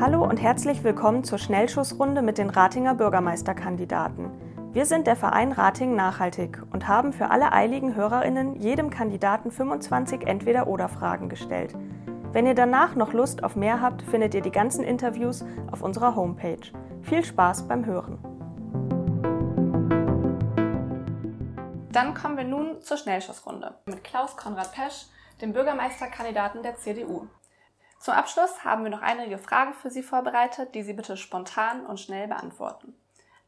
Hallo und herzlich willkommen zur Schnellschussrunde mit den Ratinger Bürgermeisterkandidaten. Wir sind der Verein Rating Nachhaltig und haben für alle eiligen Hörerinnen jedem Kandidaten 25 Entweder-oder-Fragen gestellt. Wenn ihr danach noch Lust auf mehr habt, findet ihr die ganzen Interviews auf unserer Homepage. Viel Spaß beim Hören. Dann kommen wir nun zur Schnellschussrunde mit Klaus Konrad Pesch, dem Bürgermeisterkandidaten der CDU. Zum Abschluss haben wir noch einige Fragen für Sie vorbereitet, die Sie bitte spontan und schnell beantworten.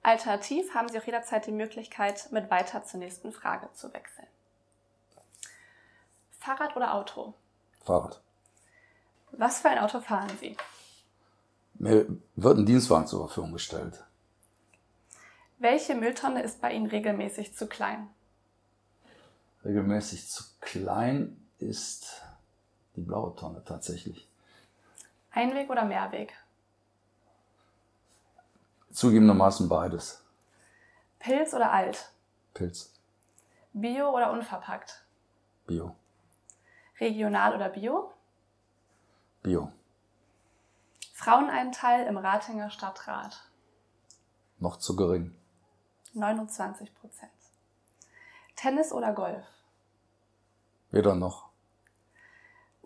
Alternativ haben Sie auch jederzeit die Möglichkeit, mit weiter zur nächsten Frage zu wechseln. Fahrrad oder Auto? Fahrrad. Was für ein Auto fahren Sie? Mir wird ein Dienstwagen zur Verfügung gestellt. Welche Mülltonne ist bei Ihnen regelmäßig zu klein? Regelmäßig zu klein ist die blaue Tonne tatsächlich. Einweg oder Mehrweg? Zugegebenermaßen beides. Pilz oder alt? Pilz, Bio oder unverpackt? Bio, Regional oder Bio? Bio. Fraueneinteil im Ratinger Stadtrat Noch zu gering. 29 Prozent. Tennis oder Golf? Weder noch.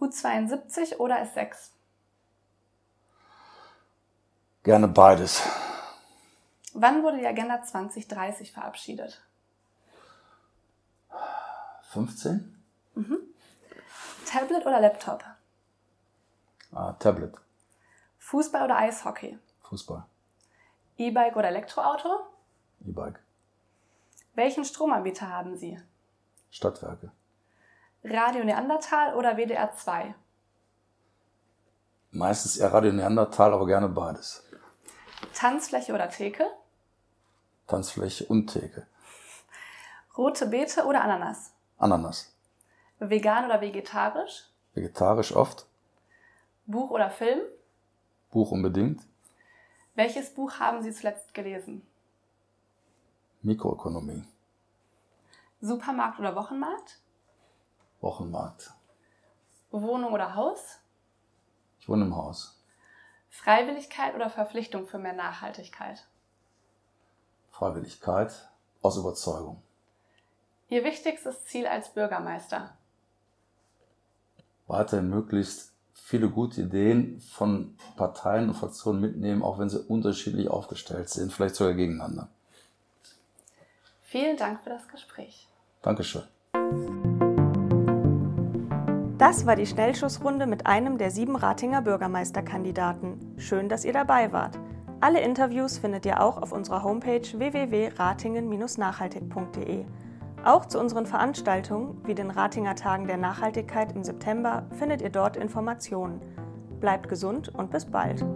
U72 oder S6? Gerne beides. Wann wurde die Agenda 2030 verabschiedet? 15? Tablet oder Laptop? Ah, Tablet, Fußball oder Eishockey? Fußball, E-Bike oder Elektroauto? E-Bike, Welchen Stromanbieter haben Sie? Stadtwerke, Radio Neandertal oder WDR 2? Meistens eher Radio Neandertal, aber gerne beides. Tanzfläche oder Theke? Tanzfläche und Theke. Rote Beete oder Ananas? Ananas. Vegan oder vegetarisch? Vegetarisch oft. Buch oder Film? Buch unbedingt. Welches Buch haben Sie zuletzt gelesen? Mikroökonomie. Supermarkt oder Wochenmarkt? Wochenmarkt. Wohnung oder Haus? Ich wohne im Haus. Freiwilligkeit oder Verpflichtung für mehr Nachhaltigkeit? Freiwilligkeit aus Überzeugung. Ihr wichtigstes Ziel als Bürgermeister? Weiterhin möglichst viele gute Ideen von Parteien und Fraktionen mitnehmen, auch wenn sie unterschiedlich aufgestellt sind, vielleicht sogar gegeneinander. Vielen Dank für das Gespräch. Dankeschön. Das war die Schnellschussrunde mit einem der sieben Ratinger Bürgermeisterkandidaten. Schön, dass ihr dabei wart. Alle Interviews findet ihr auch auf unserer Homepage www.ratingen-nachhaltig.de. Auch zu unseren Veranstaltungen, wie den Ratinger Tagen der Nachhaltigkeit im September, findet ihr dort Informationen. Bleibt gesund und bis bald.